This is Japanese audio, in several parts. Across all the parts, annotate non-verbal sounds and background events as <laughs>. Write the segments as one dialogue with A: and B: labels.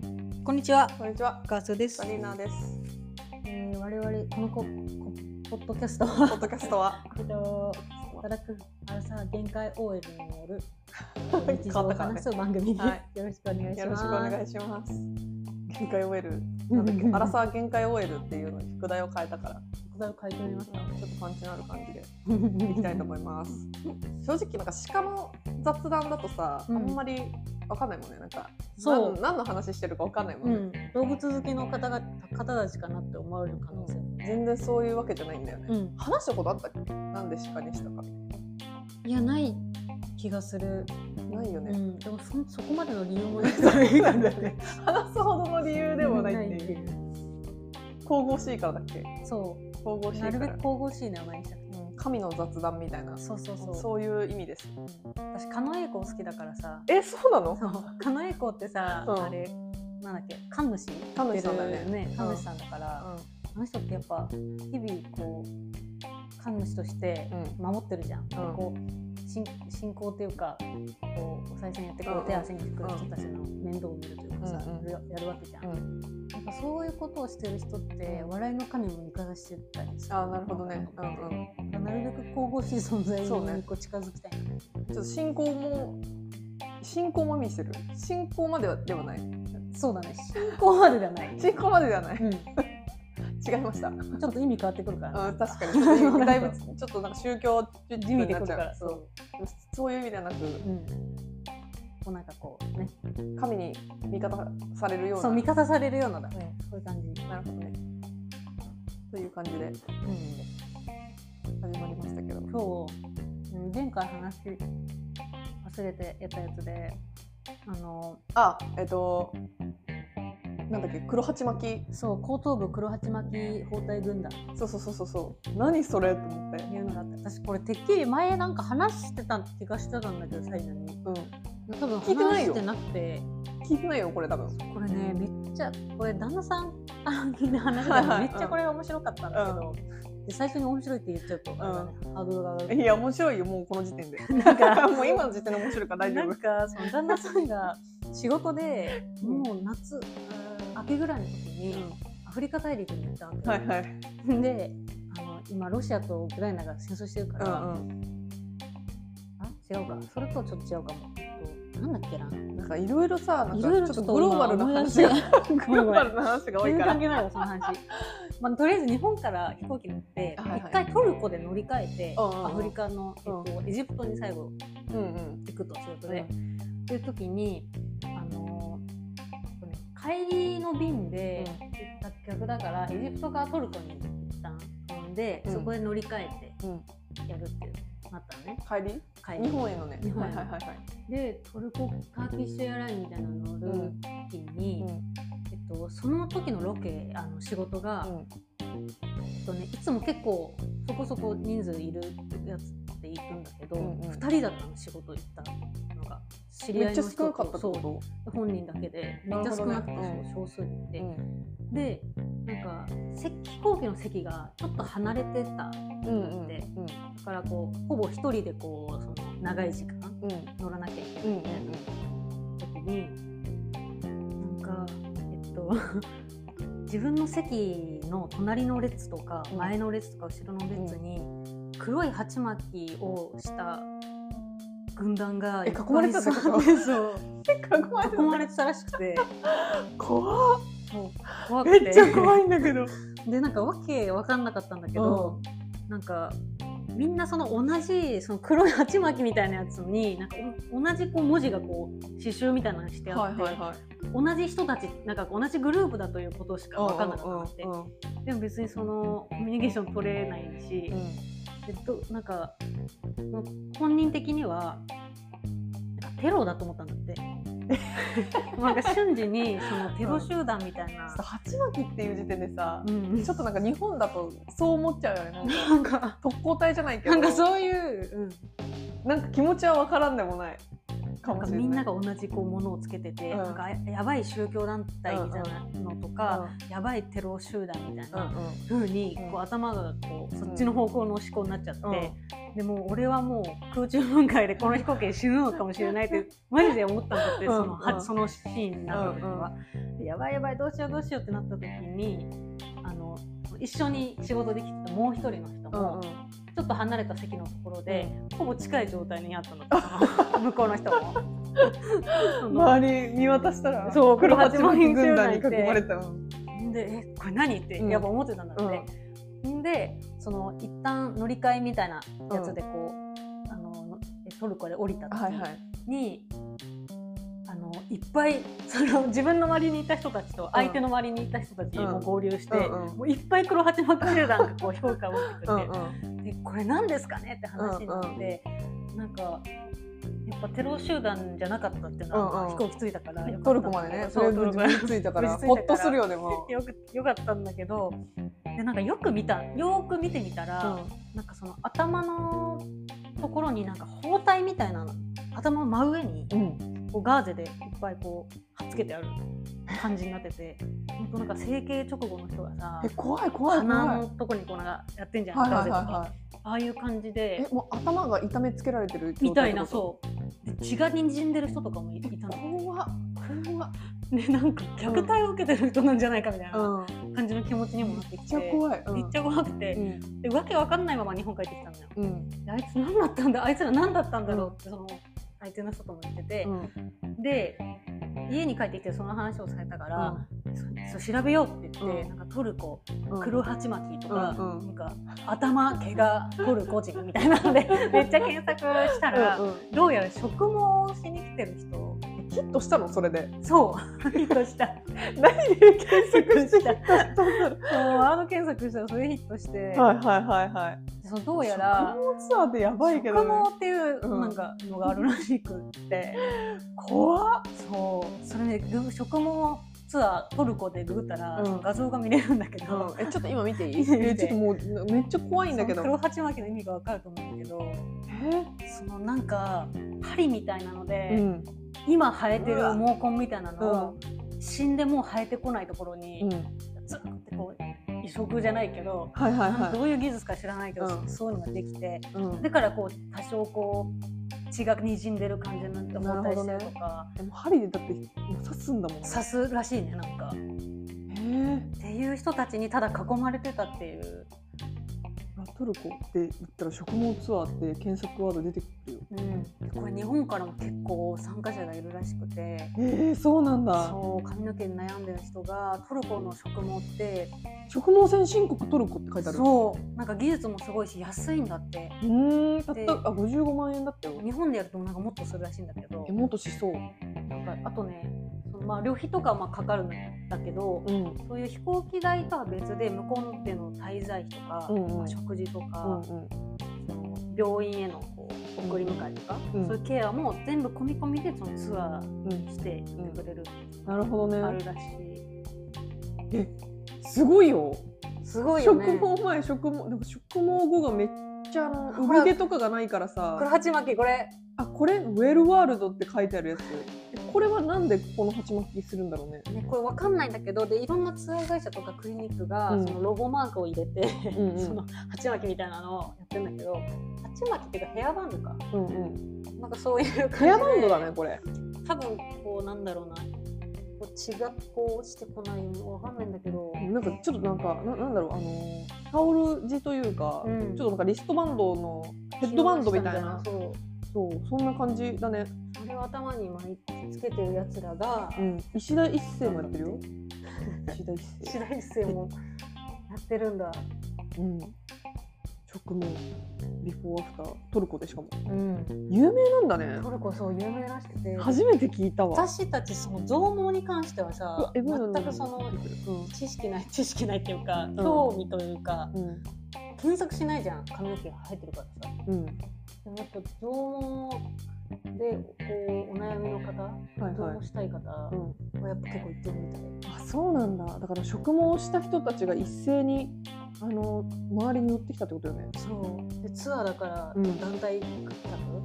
A: ちは、
B: こんにちは。
A: ガースです
B: バ。ニーナーです。
A: えー、我々このここポッドキャスト
B: ポ
A: は
B: ッドキャストは
A: えっと働くアラサー限界 OL による日
B: 変
A: 常
B: わ
A: を
B: ったから
A: 話
B: ね
A: す。番組です、
B: はい
A: よろしくお願いします。
B: よろしくお願いします。限界 OL なんだっけ
A: うん、
B: アラサー限界 OL っていうのに副題を変えたから、
A: 副題を書いております。
B: ちょっとパンチのある感じで
A: 行
B: いきたいと思います。正直なんか鹿の雑談だとさ、
A: うん
B: あんまりわかんないもんね。なんか
A: そう
B: なん何の話してるかわかんないも
A: うん
B: ね。
A: ん、動物好きの方が方たちかなって思われる可能性。
B: 全然そういうわけじゃないんだよね。
A: うん、
B: 話したことあったっけ？なんで鹿にしたか。
A: いやない気がする。
B: ないよ
A: う
B: ね。
A: ん、でもそそこまでの理由もない
B: なんだよね話すほどの理由でもないっていう。
A: う。
B: 神々しいからだっけ？
A: そ
B: 神々
A: う、
B: しい
A: な
B: か
A: るべく
B: ら
A: 神。々しい名前にしたくて。
B: うん神の雑談みたいな。
A: そうそうそう。
B: そういう意味です。
A: 私狩野英孝好きだからさ
B: え、そうなの？
A: そう狩野英孝ってさ、
B: うん
A: あれなんだっけ神主
B: 神主さんだよね
A: 神主さんだから、あの人ってやっぱ日々こう神主として
B: うん、うん、
A: 守ってるじゃん、で
B: うん
A: こう信信仰っていうかこうお賽銭やってこ
B: うん
A: う
B: うん
A: 手合わせに来る人たちの面倒を見るというかさ、
B: うんうん
A: やるやるわけじゃん、
B: う
A: やっぱそういうことをしてる人って笑いの神も味方してたりする
B: あー、なるほどね。うんうん。
A: なるべく神々しい存在
B: そうね
A: にこう近づきたいな
B: ちょっと信仰も信仰も見せる。信仰まではではない。
A: そうだね信仰までではない
B: 信仰までではない。
A: うん
B: 違いました。うん、
A: ちょっと意味変わってくるからね、
B: 確か <laughs>
A: なんか
B: に。だいぶちょっとなんか宗教
A: 地味でく
B: っ
A: る
B: ち
A: か
B: ゃ
A: ら
B: う。そう。そういう意味ではなく、
A: うん、こうなんかこうね
B: 神に味方されるような。
A: そう味方されるようなだ
B: う
A: ね
B: ん
A: そういう感じ、
B: なるほどね。という感じで
A: うん、
B: 始まりましたけど。
A: 今日、うん、前回話し忘れてやったやつであの
B: あ、えっと。なんだっけ黒鉢巻き
A: そう後頭部黒鉢巻き包帯軍団っ
B: そうそうそうそうそう何それと思って
A: ていうのがあって私これてっきり前なんか話してた気がしてたんだけど最後に
B: うん
A: 多分
B: 聞いてな
A: 話
B: いよ
A: してなくて
B: 聞いてないよこれ多分
A: これねめっちゃこれ旦那さんに話した
B: はいは
A: ら
B: い
A: めっちゃこれ面白かったんだけど、で最初に面白いって言っちゃうと、あれだねハードルが上がる
B: いや面白いよもうこの時点で
A: なんか
B: <laughs> もう今の時点で面白いから大丈
A: な
B: 夫
A: んかその旦那さんが仕事で
B: うん
A: もう夏明けぐらいの時にアフリカ大陸に行ったわけよ、
B: はいはい
A: であの今ロシアとウクライナが戦争してるか
B: う
A: ら、
B: んうん
A: あ違うかそれとはちょっと違うかもえっとなんだっけな
B: なんかいろいろさなん
A: いろいろ
B: かちょっとグローバルな話が
A: ご
B: <laughs> グ
A: めんごめ
B: ローバ
A: ん
B: ルな話が多
A: 全
B: い
A: 然
B: か
A: 関
B: ら
A: 係ないわその話、まあ、とりあえず日本から飛行機乗って一、
B: はいはい
A: 回トルコで乗り換えて、
B: うんうんうん
A: アフリカの、えっとエジプトに最後
B: うんうん
A: 行くと仕事
B: そ
A: で、
B: れ
A: っていう時にあのこれ帰りの便で
B: う
A: 行った客だから、エジプトからトルコに一旦飛んで、
B: うん
A: そこで乗り換え
B: うん
A: てやるっていうのがあったのね
B: 帰り
A: 帰
B: 日
A: り
B: 本へのね
A: 日本へ
B: はい
A: の
B: はいはいはい
A: でトルコターキッシュエアラインみたいなの乗
B: うん
A: る時に、
B: うん
A: えっと、その時のロケあの仕事が、
B: うん
A: えっとね、いつも結構そこそこ人数いるやつって行くんだけど、
B: う
A: 二
B: んうん
A: 2人だったの仕事行ったのが知り
B: め
A: 合
B: っ
A: い
B: ちゃ
A: の
B: 少
A: 人
B: なかった
A: と
B: ってこ
A: そう
B: と
A: 本人だけでめ
B: な
A: っちゃ少
B: るほどね
A: なくて、
B: うん
A: そう少数人で、
B: うん
A: でなんかせ飛行機の席がちょっと離れてただ
B: うんうん
A: で
B: うん
A: からこうほぼ一人でこうその長い時間
B: うん
A: 乗らなきゃいけ
B: う
A: ない
B: ん
A: みたいな時になんかえっと <laughs> 自分の席の隣の列とか
B: うん
A: 前の列とか後ろの列に黒い鉢巻きをした軍団が
B: え囲まれてたってこ
A: い
B: と <laughs>
A: っぱい座ってそう
B: うん囲ま
A: <laughs>
B: れて
A: 囲
B: た
A: まれてたらしくて
B: 怖っ
A: もう怖
B: め
A: くて
B: っちゃ怖いんだけど
A: でなんかわけわかんなかったんだけど、なんかみんなその同じその黒い鉢巻きみたいなやつになんかお同じこう文字がこう刺繍みたいなのにしてあ
B: は
A: っ
B: い
A: て、
B: はいはい
A: 同じ人たちなんか同じグループだということしかわかんなかったって、
B: うんうん
A: でも別にそのコミュニケーション取れないし、
B: うん
A: えっとなんかもう本人的にはなんかテロだと思ったんだって <laughs> なんか瞬時にそのテロ集団みたいな、
B: 鉢巻きっていう時点でさ、
A: うん、
B: ちょっとなんか日本だとそう思っちゃうよねなん
A: <laughs> な
B: か
A: んか
B: 特攻隊じゃないけ
A: な
B: ど
A: んかそういう、
B: なんか気持ちは分からんでもないか
A: なん
B: も
A: か
B: しれない
A: みんなが同じこうものをつけてて、
B: うん
A: なんかややばい宗教団体みたいなのとか、やばいテロ集団みたい
B: うん
A: な風に
B: うん
A: こう頭がこう
B: う
A: そ
B: ん
A: っちの方向の思考になっちゃって、でもう俺はもう空中分解でこの飛行機で死ぬのかもしれない
B: <laughs>
A: ってマジで思ったんだって
B: うん
A: そのは
B: うん
A: そのシーンなのは、でやばいやばいどうしようどうしようってなった時にあの一緒に仕事できてたもう一人の人
B: う
A: も
B: ん、うん
A: ちょっと離れた席のところで、ほぼ近い状態にあったの
B: <laughs>
A: その向こうの人も。その
B: 周り見渡したら
A: そう
B: 黒
A: 黒
B: 八
A: 八
B: 幡
A: 幡
B: 軍
A: 軍
B: 団
A: 団
B: に
A: に
B: 囲
A: 囲
B: ま
A: ま
B: れ
A: れ
B: たの
A: でえこれ何って
B: うん
A: やっぱ思ってたんだって、ん、でその一旦乗り換えみたいなやつでこう、あのえトルコで降りた時
B: はいはい
A: に、あのいっぱい <laughs> その自分の周りにいた人たちと相手の周りにいた人たちも合流して、
B: うんうん
A: もういっぱい黒八幡集団がこう評価を受けてて、
B: ん
A: でこれ何ですかねって話になって、なんか。やっぱテロ集団じゃなかったっていうのは、
B: うんうん
A: 飛行機着いたからよかったんだけど
B: トルコまでね
A: そ
B: とりあえ
A: う
B: ず
A: トルコ
B: 自分着いたから
A: <laughs> 無事着いた
B: ほ
A: から
B: っとするよねも
A: <laughs>
B: う
A: よくよかったんだけどでなんかよく見たよーく見てみたら、なんかその頭のところになんか包帯みたいなの頭の真上に
B: うん
A: こうガーゼでいっぱいこうはっつけてある感じになってて <laughs> 本当なんか整形直後の人がさ
B: え怖い怖い
A: 鼻
B: 怖
A: の
B: い
A: とこにこうなんかやってんじゃん、
B: はいはいはい
A: ガーゼとか
B: は
A: ああいう感じ
B: い
A: で
B: えもう頭が痛めつけられてる
A: みたいな
B: う
A: そうで血がにじんでる人とかもいいたの
B: 怖っ怖っ
A: でなんか虐待を受けてる人なんじゃないかみたいな
B: うん
A: 感じの気持ちにもなってき
B: めってちゃ怖い
A: めっちゃ怖くて
B: う。ん
A: でわけわかんないまま日本帰ってきたのよ
B: うん
A: であいつ何だったんだあいつら何だったんだろうってその相手の人とも言ってて
B: う、ん
A: で家に帰ってきてその話をされたから、そそう調べようって言って、
B: うん
A: なんかトルコ
B: うん
A: 黒鉢巻きとか,、
B: うんうん
A: なんか頭毛がトルコ人みたいなの
B: <laughs>
A: でめっちゃ検索したら、
B: うんうん
A: どうやら植毛をしに来てる人
B: ヒットしたのそれ <laughs> で
A: そうヒットした
B: <laughs> 何で検索し
A: ヒッ
B: てヒットしたんだろ
A: そうワード検索したらそれヒットして、
B: うはいはいはいはい
A: そのどうやら
B: 食物ツアーってやばいけどね
A: 食毛っていう
B: うん
A: なんかのがあるらしくって、
B: 怖っ
A: そうそれでグ食毛ツアートルコでググったら、
B: うん
A: 画像が見れるんだけど、
B: うんえちょっと今見ていい
A: 見て見て
B: えちょっともうめっちゃ怖いんだけ
A: そ
B: ど
A: の黒鉢巻きの意味がわかると思うんだけどそのなんか針みたいなので
B: え、うん
A: 今生えてる
B: うわ
A: 毛根みたいなのを、死んでもう生えてこないところに、
B: うん
A: ずってこう移植じゃないけど、
B: はいはい
A: なん
B: は
A: どういう技術か知らないけど、
B: うん
A: そういうのができて
B: いうん
A: だからこう多少こう血が滲んでる感じになって包帯してるとか、
B: でも針でだってもう刺すんだもんね
A: 刺すらしいねなんか。
B: へ
A: っていう人たちにただ囲まれてたっていう、
B: えトルコって言ったら食物ツアーって検索ワード出てくるよ
A: これ日本からも結構参加者がいるらしくて
B: えー、そうなんだ
A: そう髪の毛に悩んでる人がトルコの植毛って
B: 食物先進国トルコって書いてある
A: そうなんか技術もすごいし安いんだって
B: うーんたっ
A: で
B: たあ55万円だったよ
A: 日本でやるとなんかもっとするらしいんだけど
B: えもっとしそう
A: なんかあとねそのまあ旅費とかはまあかかるんだけど、
B: うん
A: そういう飛行機代とは別で向こうでの滞在費とか、
B: うんうん
A: まあ食事と
B: う
A: か
B: ん、うん
A: その病院へのこう送り迎えとか、
B: うん
A: そういうケアも全部込み込みでそのツアー
B: うん
A: してくれる、
B: なるほど
A: あ
B: ね
A: るらしい。
B: すごいよ
A: すごいよ
B: 食
A: ね。
B: 毛前食毛なんか食毛後がめっちゃあの
A: ほ
B: 産
A: ら
B: 毛とかがないからさ
A: 黒鉢巻きこれ
B: あこれウェルワールドって書いてあるやつこれはなんでこの鉢巻きするんだろうね
A: ねこれわかんないんだけどでいろんなツアー会社とかクリニックが、
B: うん
A: そのロゴマークを入れて、
B: うんう
A: <laughs>
B: ん
A: その鉢巻きみたいなのをやってるんだけど鉢巻きっていうかヘアバンドか
B: うんうん
A: なんかそういう感じで
B: ヘアバンドだねこれ
A: 多分こうなんだろうなこう血がこうしてこないのわかんないんだけど、
B: なんかちょっとなんかななんだろうあのータオル地というか、
A: うん
B: ちょっとなんかリストバンドのヘッドバンドみたいな
A: そう
B: そうそんな感じだね、
A: それを頭に巻いつけてるやつらが、
B: うん、石田一生もやってるよ石田一
A: 白
B: 生
A: 石生もやってるんだ。
B: うん直毛ビフォーアフタートルコでしかも
A: うん、
B: 有名なんだね
A: トルコそう有名らしくて
B: 初めて聞いたわ
A: 私たちその増毛に関しては
B: うわ
A: さ
B: エ
A: 全
B: グいのに
A: くその知識ない知識ないっていうか、
B: ん
A: 興味というか
B: うんうん
A: 検索しないじゃん髪の毛が生えてるからさ
B: うん
A: でもやっぱ増毛でこうお悩みの方
B: はいはい
A: 増毛したい方は
B: うん
A: やっぱ結構いってるみたい、
B: あそうなんだだから植毛をした人たちが一斉にあの周りに寄ってきたってことよね
A: そうでツアーだから
B: うん
A: 団体企画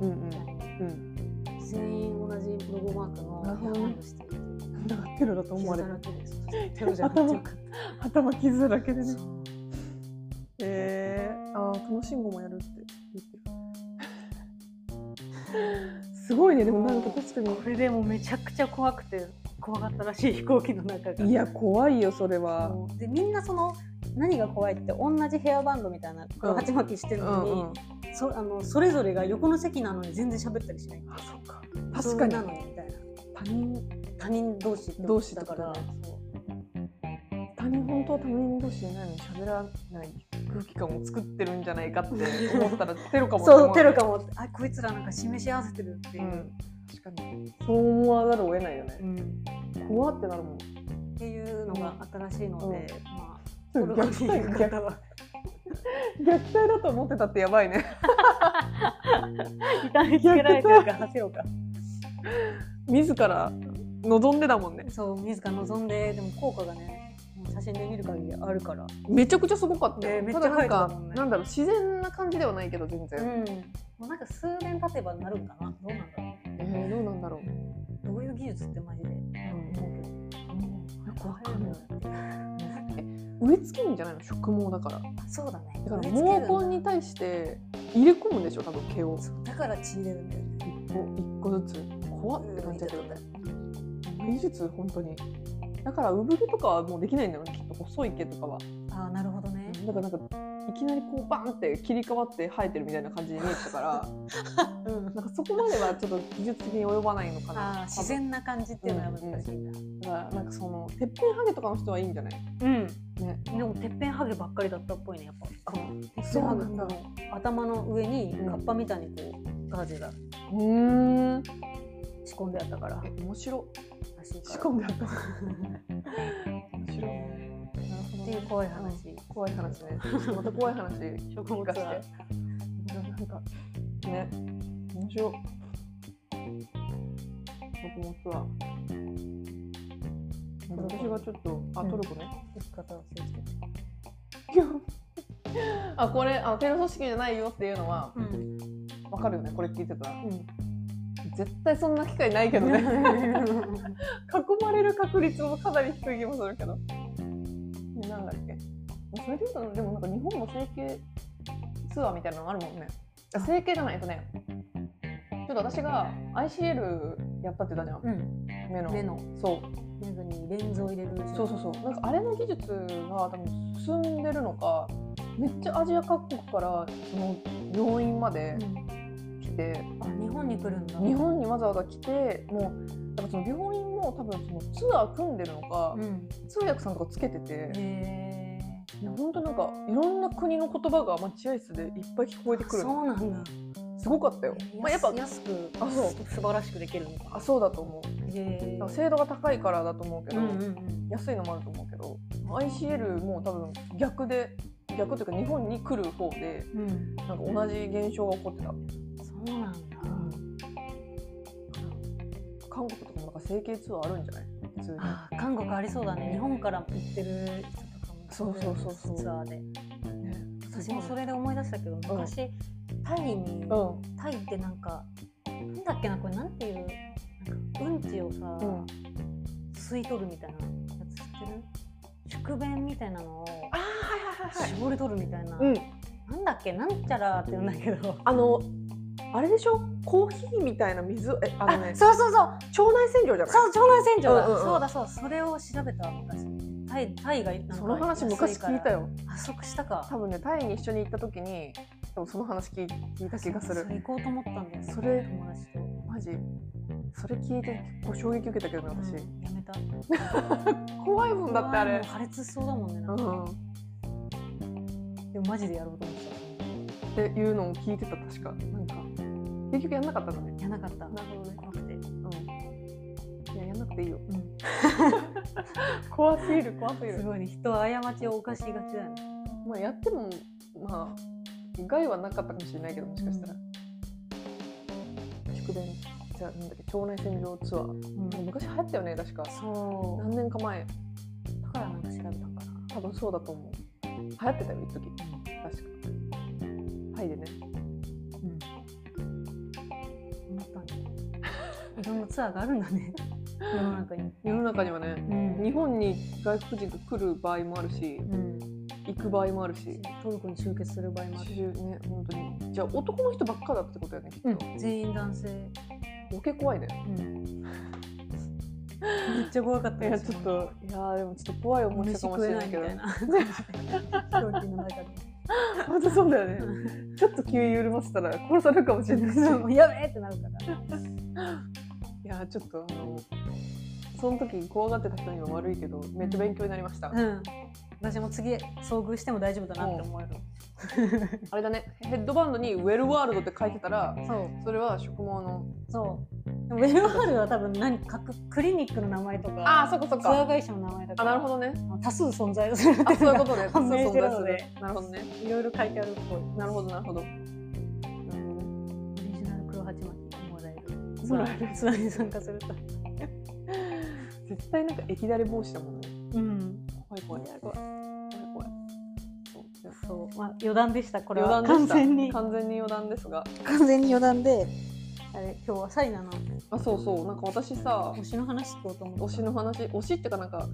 B: うんうん
A: みたいな
B: うん
A: す全員同じロゴマークの
B: なるほどね
A: ヘアメイクしてくれて
B: だからテロだと思われ
A: 傷だ
B: る
A: らけですテロじゃなくてよかっ
B: 頭傷だらけで
A: た
B: ね
A: そう
B: えー、ああ楽しんごもやるって言ってる <laughs> すごいねでもなんか確かに
A: これでもうめちゃくちゃ怖くて怖かったらしい飛行機の中が
B: いや怖いよそれは。
A: もうでみんなその何が怖いって同じヘアバンドみたいな黒鉢巻きしてるのに、
B: うんうん
A: そあのそれぞれが横の席なのに全然喋ったりしない
B: あそっか確かに
A: そんなのみたいな
B: 他人
A: 他人同士ってこと
B: 同士
A: だ
B: だ
A: か
B: からら
A: そう
B: 他人本当は他人同士じゃないのに喋らない空気感を作ってるんじゃないかって思ったらテロかも
A: そうテロか
B: も、
A: もってあこいつらなんか示し合わせてるっていうう、
B: ん、確かにそう思わざるを得ないよね
A: う、ん
B: 怖ってなるもん
A: っていうのが新しいので、
B: う
A: まあ <laughs>
B: 虐
A: 転
B: 待
A: がっていく
B: 虐
A: 方は
B: 虐待だと思ってたってやばい
A: <laughs>
B: ね
A: 痛みつけられてるから走ろうか
B: 自ら望んでたもんね
A: そう自ら望んででも効果がねもう写真で見る限りあるから
B: めちゃくちゃすごかったよ、
A: ねめっちゃ
B: ただなん
A: 生え
B: か
A: てたもんね
B: なんだろう自然な感じではないけど全
A: うん
B: 然、
A: もうなんか数年経てばなるんかなどうなんだろ
B: えーどうなんだろう、
A: うどういう技術ってマジで
B: うんなんかわかんない
A: い
B: 植え付けるんじゃないの植毛だから
A: そうだね
B: だから
A: 植え付けるん
B: 毛根に対して入れ込むんでしょ多分毛を
A: そうだから血出るんだよね
B: 一個一個ずつ怖って感じだけどね技術本当にだから産毛とかはもうできないんだろうねきっと細い毛とかは
A: ああなるほどね
B: だからなんかいきなりこうバンって切り替わって生えてるみたいな感じに見えてたか
A: <laughs>
B: ら
A: うん
B: なんかそこまではちょっと技術的に及ばないのかな
A: あー自然な感じっていうのは難しいな
B: だからなんかそのてっぺんハゲとかの人はいいんじゃない
A: うん、
B: ね
A: でもてっぺんハゲばっかりだったっぽいねやっぱ
B: あ
A: そのてっぺんハゲの頭の上に
B: うん
A: カッパみたいにこうガーゼが
B: うーん
A: 仕込んであったから
B: え面白
A: らしいから
B: 仕込んであった
A: っていう
B: 面白いなるほど、ね、
A: 怖い話
B: 怖い話ねまた怖い話
A: 食
B: 聞かせてなんかね面白い僕もツアー私はちょっとあトルコね、
A: 生き方を気をつけて
B: あこれあテロ組織じゃないよっていうのは
A: うん
B: わかるよねこれ聞いてたら
A: うん
B: 絶対そんな機会ないけどね囲まれる確率もかなり低い気もするけどでなんだっけそれで言うとでもなんか日本も整形ツアーみたいなのあるもんねあ整形じゃないとねちょっと私が ICL やったって言ったじゃん
A: うん
B: 目の
A: <laughs> 目の
B: そう
A: 目にレンズを入れる
B: そうそうそうなんかあれの技術が多分進んでるのかめっちゃアジア各国からその病院まで
A: ん
B: 来て、
A: あ日本に来るんだ
B: 日本にわざわざ来てもうだからその病院も多分そのツアー組んでるのか、
A: うん
B: 通訳さんとかつけてて、
A: へえ
B: いや本当なんかいろんな国の言葉が待合室でいっぱい聞こえてくる
A: そうなんだ
B: すごかったよ、まあ、やっぱ
A: 安く
B: あそう
A: 素晴らしくできるのか
B: あそうだと思う
A: へえ
B: だから精度が高いからだと思うけ
A: う
B: ど、
A: んうんうん
B: 安いのもあると思うけど ICL も多分逆で逆というか日本に来る方で
A: うん
B: なんか同じ現象が起こってた、
A: そうなんだ
B: 韓国とかもなんか整形ツアーあるんじゃない普通に
A: あー韓国ありそうだね日本から行ってる人とかも
B: そうそうそうそう
A: ツアーで
B: ね
A: 私もそれで思い出したけど昔タイに
B: うん
A: タイってなんかなんだっけなこれなんていうなんかうんちをさ
B: うん
A: 吸い取るみたいなやつ知ってる宿便みたいなのを
B: あはいはい
A: 絞り取るみたいな、
B: うん
A: なんだっけなんちゃらって言うんだけど
B: あのあれでしょコーヒーみたいな水えあ
A: あ
B: のね
A: そうそうそう
B: 腸内洗浄じゃない
A: そう腸内洗浄だ、
B: うんうんうん
A: そうだそうそれを調べた昔タイタイがなんか
B: その話昔聞いた
A: よ
B: よ
A: あそっかしたか
B: 多分ねタイに一緒に行った時に多分その話聞い聞いた気がす
A: そう
B: る
A: それ行こうと思ったんだよ
B: それ
A: 友達と、
B: マジそれ聞いて結構衝撃受けたけどね私、
A: うんやめた
B: 怖いもんだってあ
A: うわも
B: れ
A: う破裂しそうだもんねなんか
B: うん
A: でもマジでやろうと思って
B: っていうのを聞いてた確かなんか結局やんなかったのね
A: たやらなかった
B: るほどね
A: 怖くて
B: うんいややんなくていいよ、
A: <laughs> ん
B: 怖すぎる怖すぎ
A: す
B: る
A: ごいね人は過ちを犯しがちだよね
B: まあやってもまあ害はなかったかもしれないけどもしかしたら、宿便じゃあなんだっけ腸内洗浄ツアーなんか昔流行ったよね確か
A: そ
B: 何年か前
A: うだからなんか調べたんかな
B: 多分そうだと思う流行ってたよ一時確かはいでね <laughs>
A: うん思ったんだよいろんなツアーがあるんだね世の中に。
B: 世の中にはね
A: うん
B: 日本に外国人が来る場合もあるし
A: うん、
B: 行く場合もあるし
A: トルコに集結する場合もあるし、
B: ね本当にじゃあ男の人ばっかだってことやねきっと、
A: うん、全員男性、
B: 余計怖いね
A: めっちゃ怖かっ
B: い
A: た
B: や
A: です
B: ちょっといやーでもちょっと怖い思いした
A: 飯
B: かも
A: 食
B: し
A: え
B: れ
A: な
B: ないい
A: み
B: けど
A: たいな飛
B: <laughs>
A: 行機の中で
B: 本当そうだよねちょっと気を緩ませたら殺されるかもしれ <laughs> ないし
A: もうやべえってなるから。
B: いやーちょっとあのその時怖がってた人には悪いけどめっちゃ勉強になりました、
A: うん。私も次遭遇しても大丈夫だなって思える。
B: あれだねヘッドバンドに「ウェルワールド」って書いてたら
A: そう
B: それは宿毛の
A: そう。でもウェルワールドは多分何かくクリニックの名前と
B: あ
A: か
B: あそっかそっ
A: ツアー
B: か
A: 会社の名前とか
B: あなるほどね
A: 多数存在する
B: あそういうことね
A: 判明してるので
B: そうそうそうなるほどね
A: いろいろ書いてあるっぽい。
B: なるほどなるほどうん
A: オリジナル黒鉢巻きもらえる。
B: もらえる
A: ツアーに参加すると。
B: 絶対なんか液だれ防止だもんね
A: うん。
B: 怖い怖い怖い怖い怖いそうじゃあ
A: そう。まあ余談でした。これ
B: 余
A: は
B: 談
A: 完
B: でした
A: 全に
B: 完全に余談ですが
A: 完全に余談で。あれ今日はサリナの
B: あそうそうなんか私さ
A: 推しの話聞こうと思っ
B: 推
A: て
B: しの話推しってかなんか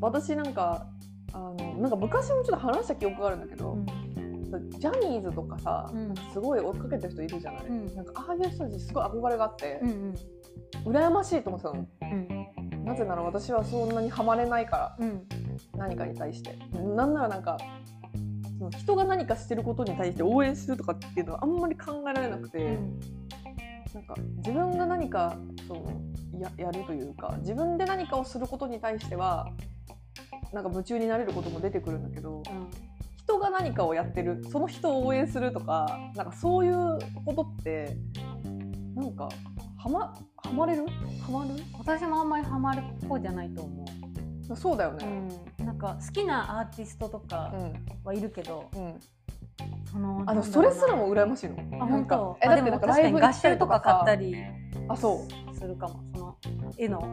B: 私なんかあのなんか昔もちょっと話した記憶があるんだけ
A: た。
B: ど、ジャニーズとかさ、
A: うん
B: なんかすごい追っかけてる人いるじゃない、
A: うん
B: なんかああいう人たちすごい憧れがあって
A: う、ん
B: 羨ましいと思ってたの
A: うん
B: なぜなら私はそんなにハマれないから
A: うん
B: 何かに対してなんならなんかその人が何かしてることに対して応援するとかっていうのはあんまり考えられなくて、
A: うん
B: なんか自分が何かそのややるというか自分で何かをすることに対してはなんか夢中になれることも出てくるんだけど
A: うん
B: 人が何かをやってるその人を応援するとかなんかそういうことってなんかはまはまれるはまる
A: 私もあんまりハマる方じゃないと思う、
B: そうだよね。
A: うん、なんか好きなアーティストとか
B: うん
A: はいるけど、
B: うん、
A: そのな
B: あ
A: んだろう
B: の
A: な
B: それすらも羨ましいの。
A: あ
B: な
A: 本
B: んか
A: 当
B: え
A: あ
B: だ
A: で
B: ってな
A: も
B: んか
A: 確
B: ラ
A: か
B: イ
A: に
B: ブ
A: 合唱とか買った
B: り
A: り
B: あそ
A: するかもその絵のア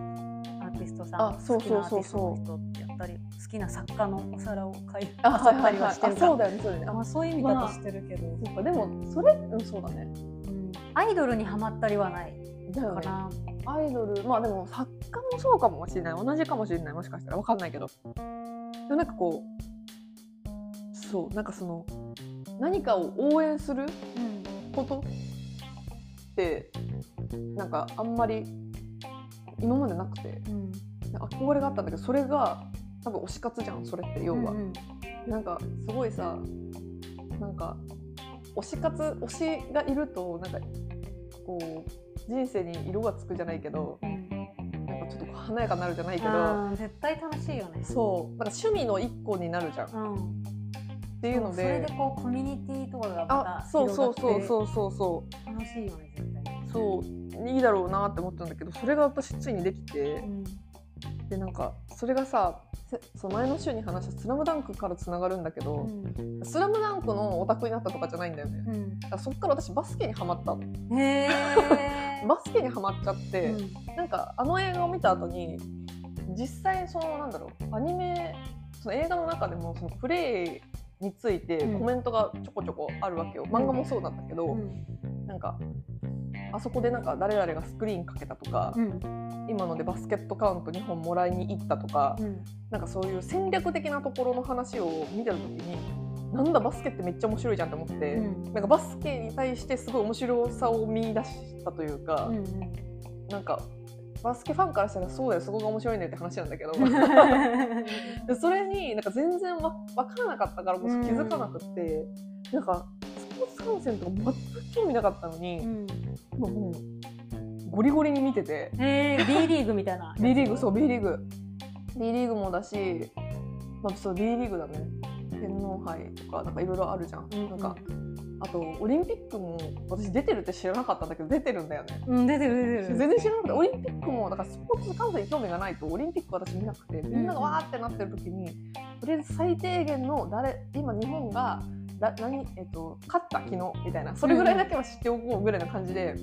A: ーティストさん
B: あそうそうそうそう
A: 好きなアーティストの人ってやったり好きな作家のお皿を買い
B: あはい
A: 買っ
B: は
A: た
B: い
A: り
B: はい
A: は
B: あ
A: してるか
B: そうだよねそうだよね
A: あまあ、そういう意味だとしてるけど、
B: あそっかでもそれうんそうだね
A: うん、アイドルにハマったりはない
B: だよ
A: か
B: ね
A: な、
B: アイドルまあでも作家もそうかもしれない同じかもしれないもしかしたらわかんないけどでもなんかこうそうなんかその何かを応援する
A: うん
B: ことってなんかあんまり今までなくて
A: うん
B: 憧れがあったんだけどそれが多分推し活じゃんそれって要は、
A: うん
B: なんかすごいさなんか推し活推しがいるとなんかこう人生に色がつくじゃないけど、
A: うん
B: なんかちょっとこう華やかになるじゃないけど、
A: あー絶対楽しいよね
B: そう、なんか趣味の一個になるじゃんっ
A: うん
B: ていうの
A: それ
B: で
A: で、こうコミュニティとかがま
B: あ
A: た、
B: そうそうそう
A: う
B: そうそうそ
A: 楽しいよね絶対。
B: う、そういいだろうなって思ったんだけど、それが私ついにできて
A: う、ん
B: でなんかそれがさ、せそう前の週に話したスラムダンクからつながるんだけ
A: う
B: ど、
A: ん
B: スラムダンクのオタクになったとかじゃないんだよね。
A: う
B: だからそっから私バスケにハマったの。
A: ん。へえ。
B: バスケにハマっちゃって、
A: うん
B: なんかあの映画を見た後に実際そのなんだろうアニメその映画の中でもそのプレイについて
A: うん
B: コメントがちょこちょこあるわけよ、漫画もそうなんだけど、
A: うん
B: なんかあそこでなんか誰々がスクリーンかけたとか、
A: うん
B: 今のでバスケットカウント2本もらいに行ったとか、
A: うん
B: なんかそういう戦略的なところの話を見てた時になんだバスケってめっちゃ面白いじゃんって思って、
A: うん
B: なんかバスケに対してすごい面白さを見出したというか。
A: うん
B: なんかバスケファンからしたらそうだよそこが面白いねって話なんだけど <laughs> でそれになんか全然わ分からなかったからもう気づかなくって、なんかスポーツ観戦とか全く興味なかったの
A: う
B: に、
A: ん
B: もうもうゴリゴリに見てて
A: へえ B リーグみたいな。
B: B リーグそう B リーグ B リーグもだし、まあ、そう B リーグだね天皇杯とかなんかいろいろあるじゃん,、
A: うん
B: なんかあとオリンピックも私出てるって知らなかったんだけど出てるんだよね
A: うん出てる出て
B: 全
A: る。
B: 然知らなくてオリンピックもだからスポーツ観戦に興味がないとオリンピック私見なくてみんながわーってなってる時にとりあえず最低限の誰今日本がだ何、えっと勝った昨日みたいなそれぐらいだけは知っておこうぐらいな感じで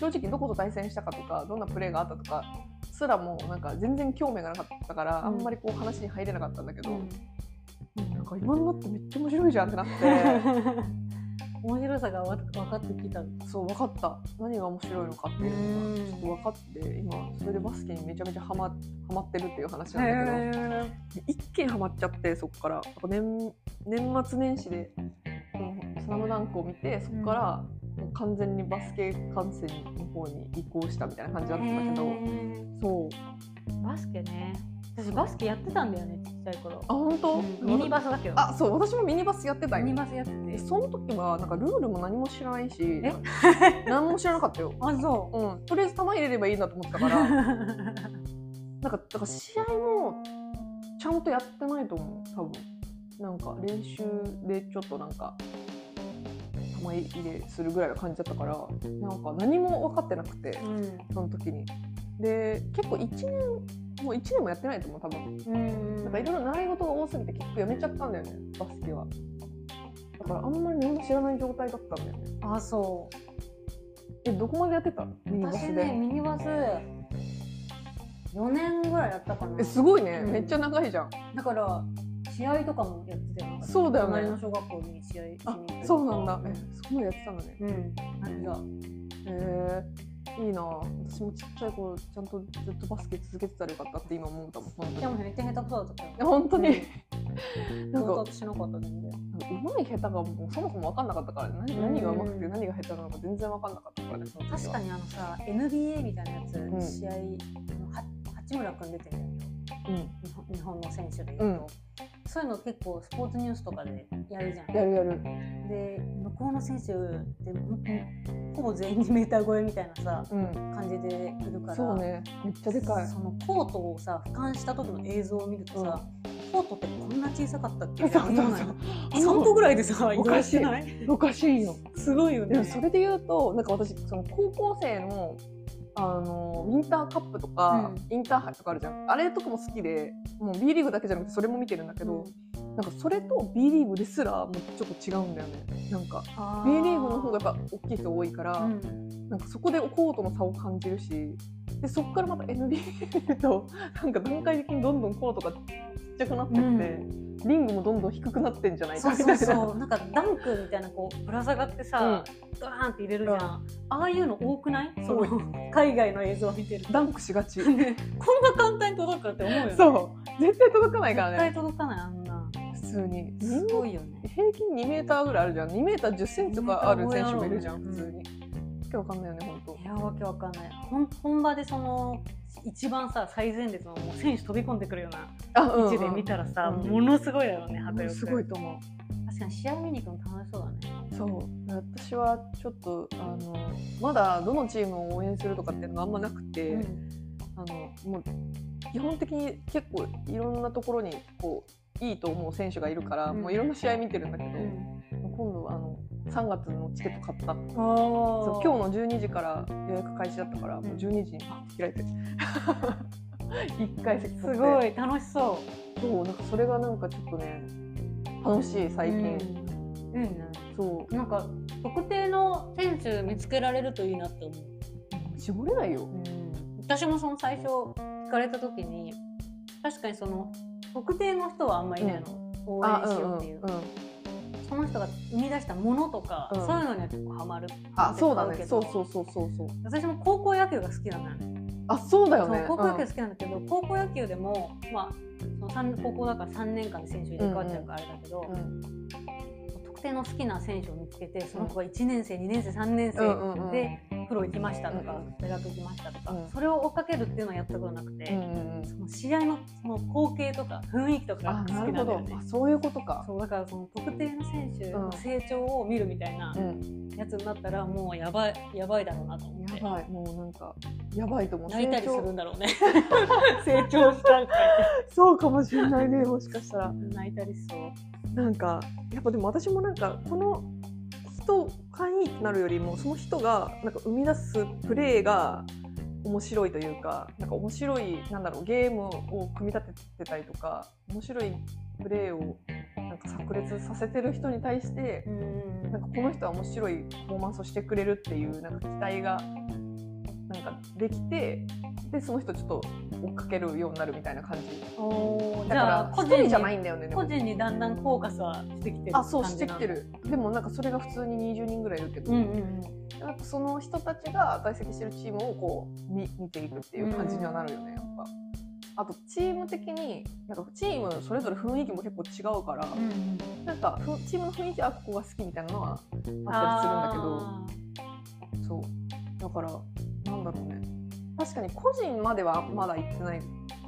B: 正直どこと対戦したかとかどんなプレーがあったとかすらもなんか全然興味がなかったからあんまりこう話に入れなかったんだけど、
A: うん
B: なんか今になってめっちゃ面白いじゃんってなって
A: 面白さがわ分かってきたう
B: そう分かった何が面白いのかっていうのがちょっと分かって今それでバスケにめちゃめちゃハマハマってるっていう話なんだけど。一気にハマっちゃってそこからやっぱ年年末年始で「うんスラムダンクを見てそこからもう完全にバスケ観戦の方に移行したみたいな感じだったんだけど、そう
A: バスケね私バスケやってたんだよねちっちゃい頃
B: あ本当、
A: うんミニバスだけど
B: あそう私もミニバスやってた
A: ミニ
B: よ
A: バスやってて
B: その時はなんかルールも何も知らないし
A: え
B: 何も知らなかったよ、
A: <laughs> あそ
B: うん、とりあえず球入れればいいなと思ってた
A: う
B: からなんかだから試合もちゃんとやってないと思う多分なんか練習でちょっとなんか玉入れするぐらいの感じだったからなんか何も分かってなくて
A: うん
B: その時にで結構1年もう1年もやってないと思う多分
A: うん
B: なんかいろいろ習い事が多すぎて結構やめちゃったんだよねバスケはだからあんまり何も知らない状態だったんだよね
A: あそう
B: えどこまでやってたミニバ
A: 私
B: ス
A: ね
B: で
A: ミニバス4年ぐらいやったかな
B: えすごいね、
A: うん
B: めっちゃ長いじゃん
A: だから試合とかもやってたよ
B: そうだよね
A: 隣の小学校に試合しに
B: あ
A: 行ったりとか
B: そうなんだえそこまでやってたんだね
A: うんなんか
B: へえいいな私もちっちゃい頃ちゃんとずっとバスケ続けてたらよかったって今思ったもん本当
A: で
B: に
A: もめっちゃ下手くそだったから
B: 本当に
A: うん
B: なんか
A: 到達しなかったんだよ
B: うまい下手がもうそもそも分かんなかったからね何何がうまくて何が下手なのか全然分かんなかったからねその時
A: 確
B: は
A: かにあのさ NBA みたいなやつ、
B: ん
A: 試合のは八村君出てるんだよ日本日本の選手でいうと、
B: うん
A: そういうの結構スポーツニュースとかでやるじゃん
B: うんやるやる
A: で向こうの選手って本当にほぼ全員2メーター超えみたいなさ
B: うん
A: 感じでいるから
B: そうねめっちゃでかい
A: そのコートをさ俯瞰した時の映像を見るとさ、コートってこんな小さかったっけ
B: そうそうそう
A: 3個ぐらいでさ
B: お
A: 移
B: か
A: 動
B: し
A: し
B: い
A: てない
B: おかしいよ
A: すごいよ
B: で
A: ね
B: もそれで言うとなんか私その高校生のあのインターカップとか、インターハイとかあるじゃんあれとかも好きでもう B リーグだけじゃなくてそれも見てるんだけど、なんかそれと B リーグですらもうちょっと違うんだよねなんか B リーグの方がやっぱ大きい人多いから、
A: うん
B: なんかそこでコートの差を感じるしでそこからまた NBA となんか段階的にどんどんコートがちっちゃくなってって、
A: うん
B: リングもどんどん低くなってんじゃない
A: そ
B: か
A: う
B: みたい
A: そ
B: な
A: う
B: <laughs>
A: そうなんかダンクみたいなこうぶら下がってさ、ドラーンって入れるじゃん、ああいうの多くないそ
B: 多い
A: の海外の映像を見て
B: <laughs>
A: ると
B: ダンクしがち
A: こんな簡単に届くかって思うよね
B: そう絶対届かないから
A: 絶
B: ね
A: 対届かないあんな
B: 普通に
A: すごいよね
B: 平均2メーターぐらいあるじゃん2メーター1 0センチとかある選手もいるじゃん
A: うん
B: 普通に、わけわかんないよね本当
A: いやわけわかんないほん本場でその一番さ最前列のもう選手飛び込んでくるような
B: あう
A: 位置で見たらさ、
B: うん
A: ものすごいだろうね迫
B: う
A: 力
B: んすごいと思
A: 確かに試合見に行くの楽しそうだね
B: うそう私はちょっとあのまだどのチームを応援するとかっていうのがあんまなくて、あのもう基本的に結構いろんなところにこういいと思う選手がいるから、
A: うん
B: もういろんな試合見てるんだけど、
A: うん
B: 今度はあの3月のチケット買った
A: あー
B: そう今日の12時から予約開始だったから、もう12時にパッて開いて <laughs> 一回席
A: す
B: 取って
A: ごい楽しそ
B: そうなんかそれがなんかちょっとね楽しい最
A: う、
B: 近、
A: うん、いいね
B: そ
A: なんか特定の選手見つけられるといいなって思う、
B: う絞れないよ
A: 私もその最初聞かれた時に確かにその特定の人はあんまりいないの、応援しようっていう、
B: あんんん
A: その人が生み出したものとか、
B: うん
A: そういうのには結構ハマる
B: あそうだね
A: 絶対買け
B: そ
A: ど
B: うそうそうそうそう
A: 私も高校野球が好きなんだよね
B: あそうだよ
A: そう
B: ね
A: 高校野球好きなんだけど、高校野球でもまあその三高校だから3年間で選手入れ替わっちゃうからあれだけど、
B: うんうん
A: 特定の好きな選手を見つけてその子が1年生2年生3年生、
B: うんうんうん
A: でプロ行きましたとか、
B: うん
A: 大学行きましたとか、
B: うん
A: それを追っかけるっていうのはやったことなくて、
B: うんうんうん
A: その試合のその光景とか雰囲気とかが
B: あ
A: 好き
B: な
A: な
B: る
A: んだ
B: ほ
A: よ
B: ど
A: ね
B: あ。そういうことか
A: そうだからその特定の選手の成長を見るみたいな
B: うん
A: やつになったらもうやばいやばいだろうなと思って
B: やばいもうなんかやばいと思う
A: 泣いたりす
B: 成長
A: るんだろうね成長したんか
B: そうかもしれないねも <laughs> しかしたら
A: 泣いたりしそう
B: なんかやっぱでも私もなんかこの人がいいってなるよりもその人がなんか生み出すプレーが面白いというかなんか面白いなんだろうゲームを組み立ててたりとか面白いプレーをなんか炸裂させてる人に対して
A: うん
B: なんかこの人は面白いパフォーマンスをしてくれるっていうなんか期待がなんかできてでその人ちょっと追っかけるようになるみたいな感じ
A: おー
B: だ
A: じ
B: か
A: ゃあ
B: ら
A: 個
B: 一
A: 人
B: 人
A: に
B: じゃないんだよねで
A: 個
B: も
A: 人にだんだんフォーカスはしてきてる
B: あそうしてきて
A: る
B: るでもなんかそれが普通に20人ぐらいいるけど、
A: うんうんうん
B: やっぱその人たちが在籍してるチームをこう見見ていくっていう感じにはなるよね、やっぱ。あとチーム的になんかチームそれぞれ雰囲気も結構違うから、
A: うん
B: なんかふチームの雰囲気はここが好きみたいなのはあ
A: ったりするんだ
B: ったりするんだけどそうだからなんだろうね確かに個人まではまだ行ってない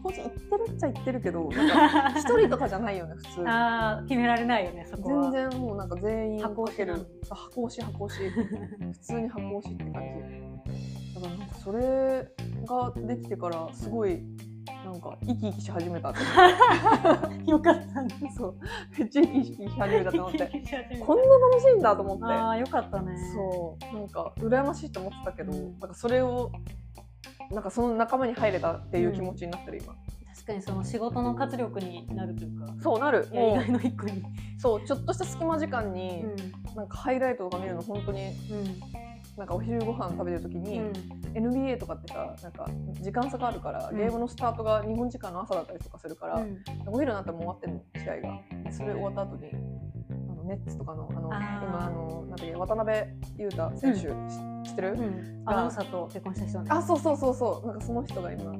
B: 個人行ってるっちゃ行ってるけどな
A: <laughs>
B: んか一人とかじゃないよね普通
A: あー決められないよねそこは
B: 全然もうなんか全員
A: 箱
B: か
A: 押し
B: け
A: な
B: る
A: の
B: そう箱押し箱押し普通に箱押しって感じだからなんかそれができてからすごいなんか生き生きし始め
A: <laughs>
B: たって
A: <laughs>
B: 思っ
A: よかったね
B: てそうめっちゃ生き生きし
A: <laughs>
B: 始めたと思ってこん
A: ん
B: な楽しいんだと思って
A: ああよかったね
B: そうなんか羨ましいと思ってたけど、
A: うん
B: なんかそれをなんかその仲間に入れたっていう気持ちになってる今、
A: 確かにその仕事の活力になるというか
B: そうなる
A: やり
B: も
A: がいの一個に
B: うそうちょっとした隙間時間
A: う
B: に、
A: ん
B: なんかハイライトとか見るの本当になんかお昼ご飯食べてる時に、NBA とかってさなんか時間差があるから、
A: うん
B: ゲームのスタートが日本時間の朝だったりとかするから、
A: うん
B: お昼になったらもう終わってるの試合がでそれ終わった後にあのネッツとかのあの
A: あー
B: 今あのなんだっけ渡辺裕太選手、し知ってる、
A: うんアナウンサーと結婚した人ね
B: あそうそうそうそうなんかその人が今あの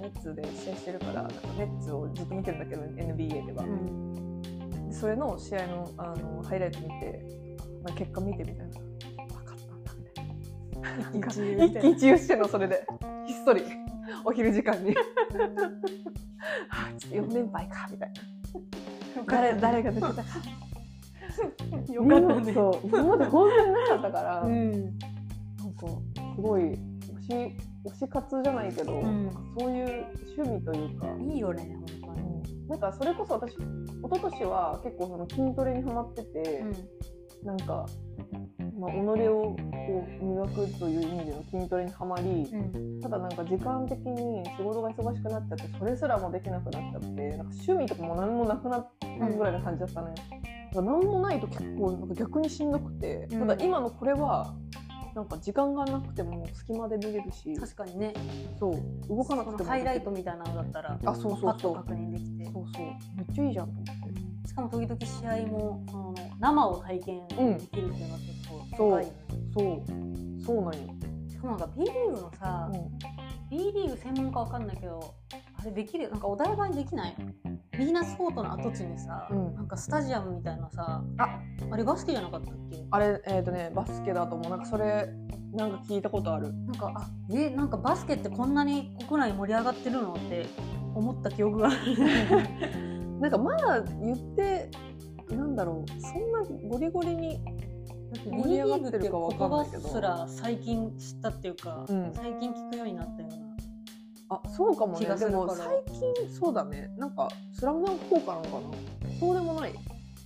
B: ネッツで試合してるからなんかネッツをずっと見てるんだけど NBA では、
A: うん
B: でそれの試合のあのハイライト見て、まあ、結果見てみたいな分かったんだみたいななんか
A: 一喜一憂み
B: 一
A: たいな
B: 喜一憂してんのそれでひっそりお昼時
A: <laughs>
B: 間にあちょっと4連敗かみたいな誰誰が出てたか
A: よかったね
B: そう今まで本当になかったから、
A: う
B: なんか
A: ん
B: すごい推し推し活じゃないけど、
A: うん
B: そういう趣味というか、
A: いいよね本当に
B: なんかそれこそ私一昨年は結構その筋トレにハマってて、なんか、まあ、己をこう磨くという意味での筋トレにはまり、
A: うん
B: ただなんか時間的に仕事が忙しくなっちゃってそれすらもできなくなっちゃってなんか趣味とかも何もなくなったぐらいな感じだったね、なん、何もないと結構なんか逆にしんどくて、
A: うん
B: ただ今のこれはなんか時間がなくても隙間で見れるし
A: 確かにね
B: そう動かなく
A: そ
B: て
A: の
B: も
A: ハイライトみたいなのだったら
B: あそう
A: パ
B: そう
A: ッ
B: そ
A: と
B: う
A: 確認できて
B: そうそうめっちゃいいじゃんと思って。
A: しかも時々試合もその生を体験できるっていうのは結構高いよね、
B: そう、そうなんよ。
A: しかもなんか B リーグのさ、B リーグ専門かわかんないけどあれできるなんかお台場にできないビーナスフォートの跡地にさ、
B: うん
A: なんかスタジアムみたいなさ
B: あ
A: あれバスケじゃなかったっけ
B: あれ、えっ、とね、バスケだと思う、なんかそれ、なんか聞いたことある。
A: なんかあえなんかバスケってこんなに国内盛り上がってるのって思った記憶がある
B: なんかまだ言って、なんだろう、そんなゴリゴリに。
A: B
B: 盛
A: リ
B: り上が
A: ーグ
B: っ
A: ってて言
B: るかわかん
A: 葉
B: ないけ
A: す
B: ど。
A: ら最近知ったっていうか、
B: うん
A: 最近聞くようになったような
B: あ、そうかも
A: 気
B: ね。
A: がす
B: で
A: るから
B: も最近そうだね。なんかスラムダンク効果なのかな。そうでもない。
A: わ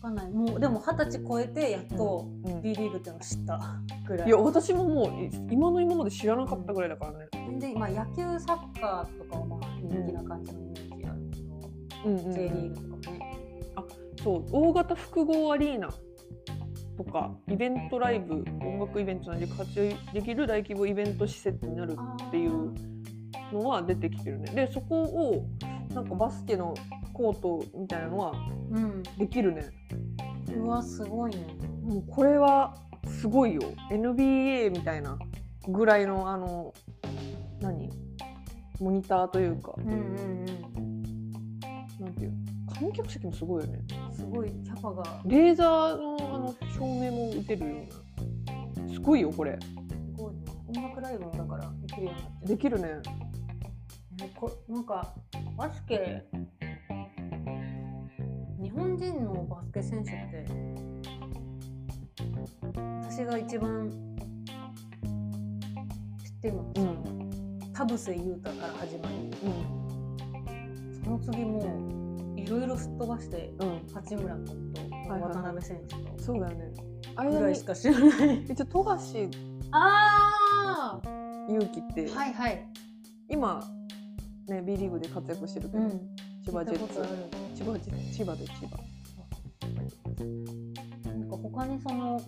A: かんないもうでも二十歳超えてやっと
B: うん。
A: B リーグっていうのを知ったぐらい
B: いや私ももうい今の今まで知らなかったぐらいだからね。
A: で今野球サッカーとかはまあ人気な感じのイメージあるけど、
B: うんうんうん
A: J リーグとかもね
B: そう大型複合アリーナとかイベントライブ音楽イベントなどで活用できる大規模イベント施設になるっていうのは出てきてるねでそこをなんかバスケのコートみたいなのは
A: うん
B: できるね
A: うわすごいね
B: もうこれはすごいよ NBA みたいなぐらいのあの何モニターというか
A: うんうん
B: なんていう観客席もすごいよね
A: うんすごいキャパが
B: レーザーのあの照明も打てるようなすごいよこれ
A: すごいね音楽ライブもだからできるようになって
B: で
A: る
B: きるね
A: ねこなんかバスケ日本人のバスケ選手って私が一番知ってるのって、
B: うん
A: 田臥勇太から始まり
B: うん
A: その次もういろいろすっ飛ばして
B: うん
A: 八村君と
B: はいはい
A: 渡辺選手と
B: そうだよねあ
A: ぐ
B: れ
A: ら
B: に
A: いしか知らない。
B: 一応富樫
A: あ
B: 勇樹って、
A: あはいはい。
B: 今ね B リーグで活躍してるけ
A: う
B: ど、
A: ん。
B: 千葉ジ
A: 聞
B: ェッ
A: いたことあ
B: ツ千葉ジェッツ千葉で千葉
A: るなんか他にその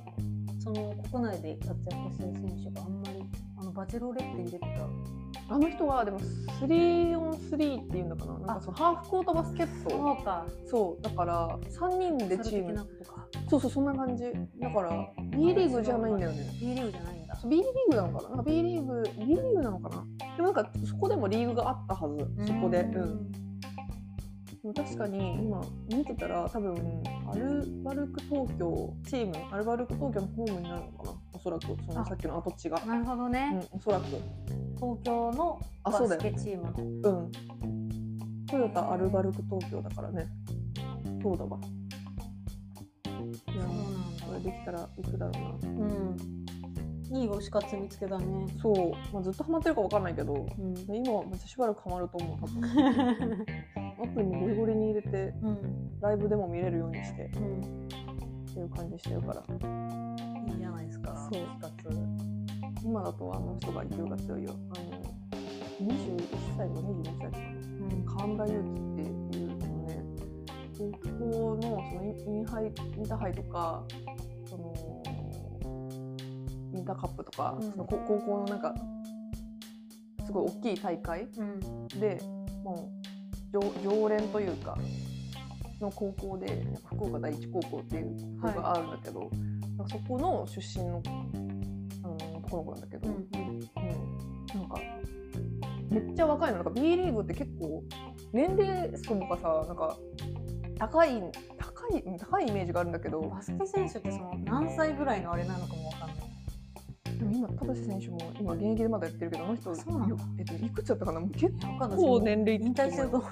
A: その国内で活躍してる選手があんまりあのババチェロレッテに出てた
B: あの人はでも 3on3 っていうんだかななんかそのハーフコートバスケット
A: そうか
B: そうだから3人でチー
A: 的な
B: ム
A: ことか
B: そうそうそんな感じだから B リーグじゃないんだよね
A: B リーグじゃないんだ
B: そう B リーグなのかななんか B リーグ B リーグなのかなでもなんかそこでもリーグがあったはずそこでうんでも確かに今見てたら多分アルバルク東京チームアルバルク東京のホームになるのかなおそらくその
A: あ
B: さっきの跡地が、
A: なるほど
B: う
A: ね、
B: ん、おそらく
A: 東京の
B: あ
A: バ
B: そうだ
A: ス
B: よ
A: ケチームの
B: うんトヨタアルバルク東京だからねそうだわい
A: そ
B: や
A: うなんだ
B: これできたら行くだろうな
A: うんいい推し活見つけたね
B: そう、まあ、ずっとハマってるかわかんないけど
A: うん
B: 今はめっちゃしばらくハマると思う多
A: <laughs>
B: 分アプリもゴリゴリに入れて
A: うん
B: ライブでも見れるようにして
A: うん
B: っていう感じしてるから
A: いいじゃないですか
B: そう
A: 推し活
B: 今だとあの人が勢いが強いよあの21歳とか22歳とか
A: うん
B: 神田裕貴っていうそのね高校のそのインインハイインターハイとかそのインターカップとか、
A: うん
B: その高高校のなんかすごい大きい大会
A: うん
B: でもう常常連というかの高校で福岡第一高校っていう高校があるんだけど、なんかそこの出身のあの男の子なんだけど、
A: うん
B: うんなんかめっちゃ若いのなんか B リーグって結構年齢層とかさなんか高い高いうん高いイメージがあるんだけど
A: バスケ選手ってその何歳ぐらいのあれなのかもわかんない
B: でも今田臥選手も今現役でまだやってるけどあの人
A: あそうなんだ
B: よえっと、いくつだったかなもう結
A: わかんない
B: 構年齢いって
A: 引退すると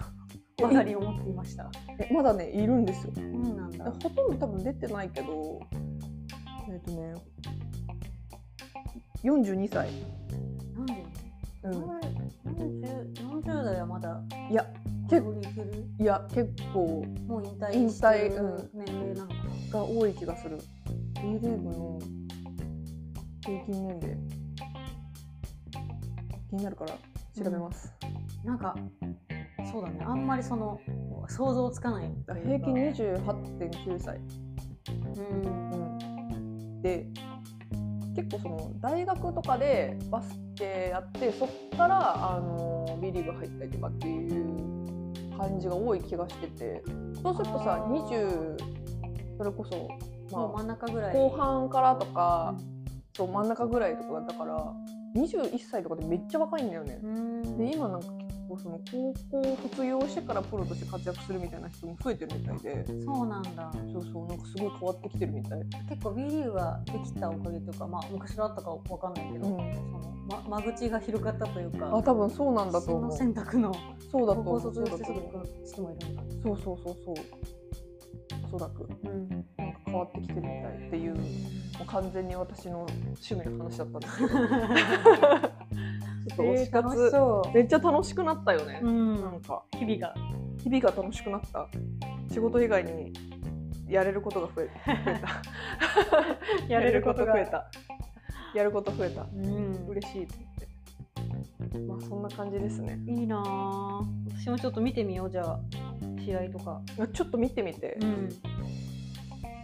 A: ばかり思っていました
B: えまだねいるんですよ
A: そうなんだ
B: ほとんど多分出てないけどえっとね42歳、
A: なんで
B: うん、
A: 40 40代はまだ
B: いや
A: 結
B: 結
A: 構いける
B: いや結構
A: もう引
B: 引
A: 退
B: 退
A: して
B: う
A: る年齢なのかな、
B: が多い気がする B リーグの平均年齢気になるから調べます、
A: なんかそうだねあんまりその想像つかない
B: だから平均28.9歳、
A: うん
B: うん、で結構その大学とかでバスケやってそっからあの B リーグ入ったりとかっていう感じが多い気がしててそうするとさ
A: あー
B: 20それこそ
A: もう
B: ま
A: 真ん中ぐら
B: あ
A: い
B: 後半からとか、
A: う
B: そう真ん中ぐらいとかだから21歳とかでめっちゃ若いんだよね。
A: ん
B: で今なんか結構その高校卒業してからプロとして活躍するみたいな人も増えてるみたいで
A: そうなんだ
B: そうそうなんかすごい変わってきてるみたい。
A: 結構 B リーグができたおかげというかまあ昔からあったかわかんないけど、
B: うん
A: そのま間口が広がったというか
B: あ多分そうなんだと思う。
A: 進路選択の
B: そうだと
A: 高
B: 思
A: 校
B: う。
A: 卒
B: そう
A: 業
B: だ
A: して
B: と
A: すぐ行
B: 思う。
A: く人もいるんだ、
B: そうそうそうそう。おそらく
A: うん、
B: なんか変わってきてるみたいっていう。も <laughs> う完全に私の趣味の話だったんですけど。
A: <laughs>
B: ちょっと推し活、
A: 楽しそ
B: めっちゃ楽しくなったよね
A: う、。うん
B: なんか
A: 日々が
B: 日々が楽しくなった。仕事以外にやれることが増え増えた。やれること増えた。やること増えた。
A: うん、
B: 嬉しいと思って。まあそんな感じですね。
A: いいなあ私もちょっと見てみようじゃあ試合とか、
B: ちょっと見てみて。
A: うん、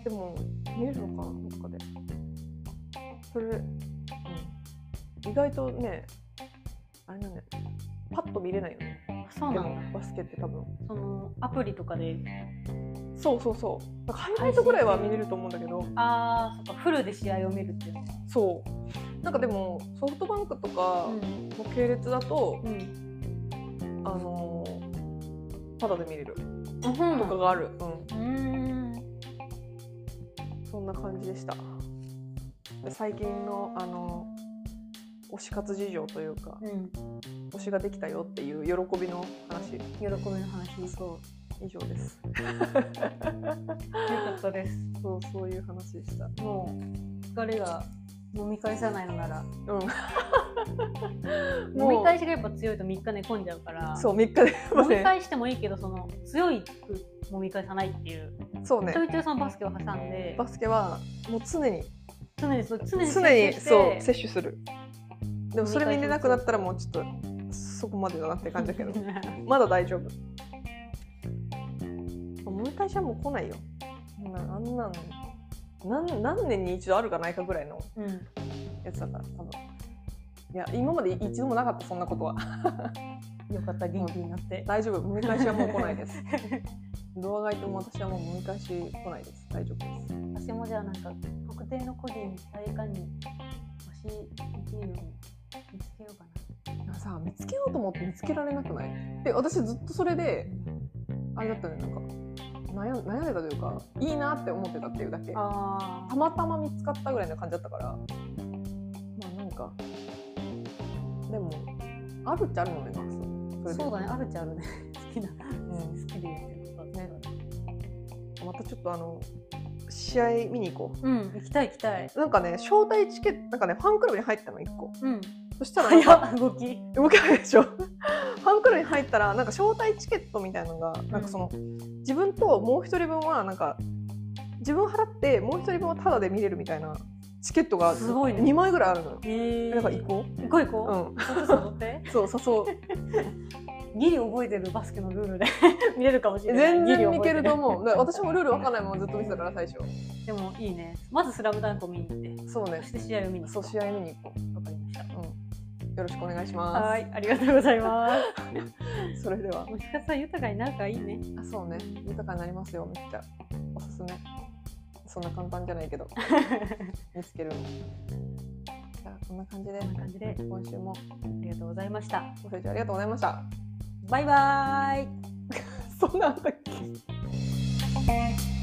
B: でも見れるのかなどっかでそれ、うん、意外とねあれなんだよパッと見れないよね
A: そう
B: で
A: なん
B: も
A: だ
B: バスケって多分
A: そのアプリとかで
B: そうそうそうなんかハイライトぐらいは見れると思うんだけど
A: ああそっかフルで試合を見るっていうの
B: そうなんかでもソフトバンクとか
A: うん
B: の系列だと、
A: うん
B: あのーただで見れる
A: あそうな
B: と
A: ん
B: か
A: だ
B: がある、うん、
A: うーん
B: そんな感じでしたで最近のあの推し活事情というか
A: うん
B: 推しができたよっていう喜びの話
A: 喜びの話
B: そう以上です
A: 良かったです
B: そうそういう話でした
A: もう疲れが飲み返さないのなら
B: うん
A: 飲み
B: も
A: 返しがやっぱ強いと3日寝込んじゃうから
B: うそう3日で
A: 飲み返してもいいけどその強い飲み返さないっていう
B: そうね
A: ちょいちょいそのバスケを挟んで
B: バスケはもう常に
A: 常にそう常に
B: 常にそ
A: 摂取
B: う
A: して
B: 摂取するでもそれに寝なくなったらもうちょっとそこまでだなって感じだけどまだ大丈夫もう一回しはもう来ないよそんなあんなのなん何年に一度あるかないかぐらいの
A: うん
B: やつだから多分いや今まで一度もなかったそんなことは
A: よかった元気になって、
B: 大丈夫揉み返しはもう来ないですドアが開いても私はもう揉み返し来ないです大丈夫です
A: 私もじゃあなんか特定の個人誰かに教えていいように見つけようか
B: なんかさ見つけようと思って見つけられなくないで私ずっとそれであれだったねなんか悩ん悩んでたというかいいなって思ってたっていうだけ
A: な
B: た
A: あ
B: またま見つかったぐらいの感じだったからまあなんかでもあるっちゃあるのねなんかそうそれで
A: そうだねあるっちゃあるね好きな、
B: ん
A: 好きでやってることだね
B: またちょっとあの試合見に行こ
A: うん行きたい行きたいう
B: なんかね招待チケットなんかねファンクラブに入ったの1個
A: うん
B: そしたらなんか
A: 早っ動き
B: 動けないでしょ <laughs> ファンクラブに入ったらなんか招待チケットみたいなのがなんかその自分ともう一人分はなんか自分払ってもう一人分はタダで見れるみたいなチケットが
A: すごいね
B: 2枚ぐらいあるのよ、
A: えー、
B: だから行こ
A: 行こう行
B: う、
A: こ
B: う
A: う、ちょっと誘
B: <laughs>
A: って <laughs>
B: ん、そう誘う
A: ギリ覚えてるバスケのルールで <laughs> 見れるかもしれない
B: 全
A: ギリ
B: 然
A: 覚え
B: い
A: て
B: けると思う
A: <laughs>
B: だから私もルールわかんないままずっと見てたから最初
A: でもいいねまず「スラムダンクを見に行って
B: そうね
A: そして試合を見に行
B: そう試合見に行こ
A: わかりました
B: う、うん、よろしくお願いしま
A: はいありがとうございます
B: すそれでは
A: もしかしたら豊かになるからいいね
B: あそうね豊かになりますよめっちゃおすすめそんな簡単じゃないけど見つけるのじゃあこんな感じで
A: こんな感じで
B: 今週も
A: ありがとうございました
B: ご清聴ありがとうございました <laughs>
A: バイバーイ
B: そんなんだっけ